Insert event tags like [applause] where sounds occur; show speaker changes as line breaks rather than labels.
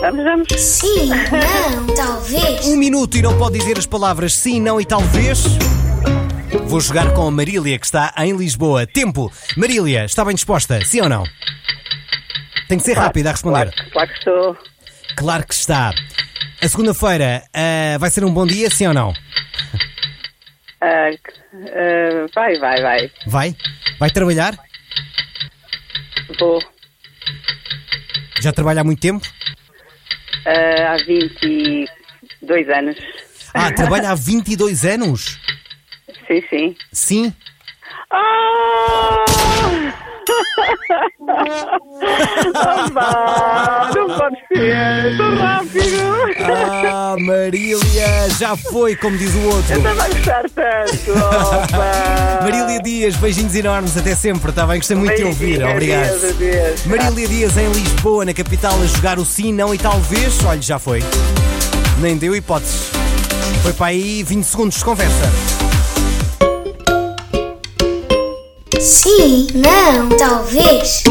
Vamos, vamos.
Sim, não, talvez.
Um minuto e não pode dizer as palavras sim, não e talvez. Vou jogar com a Marília, que está em Lisboa. Tempo. Marília, está bem disposta? Sim ou não? Tem que ser rápida a responder.
Claro, claro que estou.
Claro que está. A segunda-feira ah, vai ser um bom dia, sim ou não?
Ah, ah, vai, vai, vai.
Vai? Vai trabalhar?
Vou
Já trabalha há muito tempo?
ah, há 22 anos.
Ah, trabalha há 22 anos?
Sim, sim.
Sim.
Ah! [laughs] oh, vá, não pode ser, tão rápido.
Ah, Marília, já foi, como diz o outro.
Estava a gostar tanto. Oh, vá.
Marília Dias, beijinhos enormes, até sempre, está bem? Gostei muito de te ouvir,
Beijinho,
obrigado.
Adeus, adeus.
Marília Dias em Lisboa, na capital, a jogar o sim, não e talvez. Olha, já foi. Nem deu hipóteses. Foi para aí 20 segundos de conversa.
Sim, não, talvez.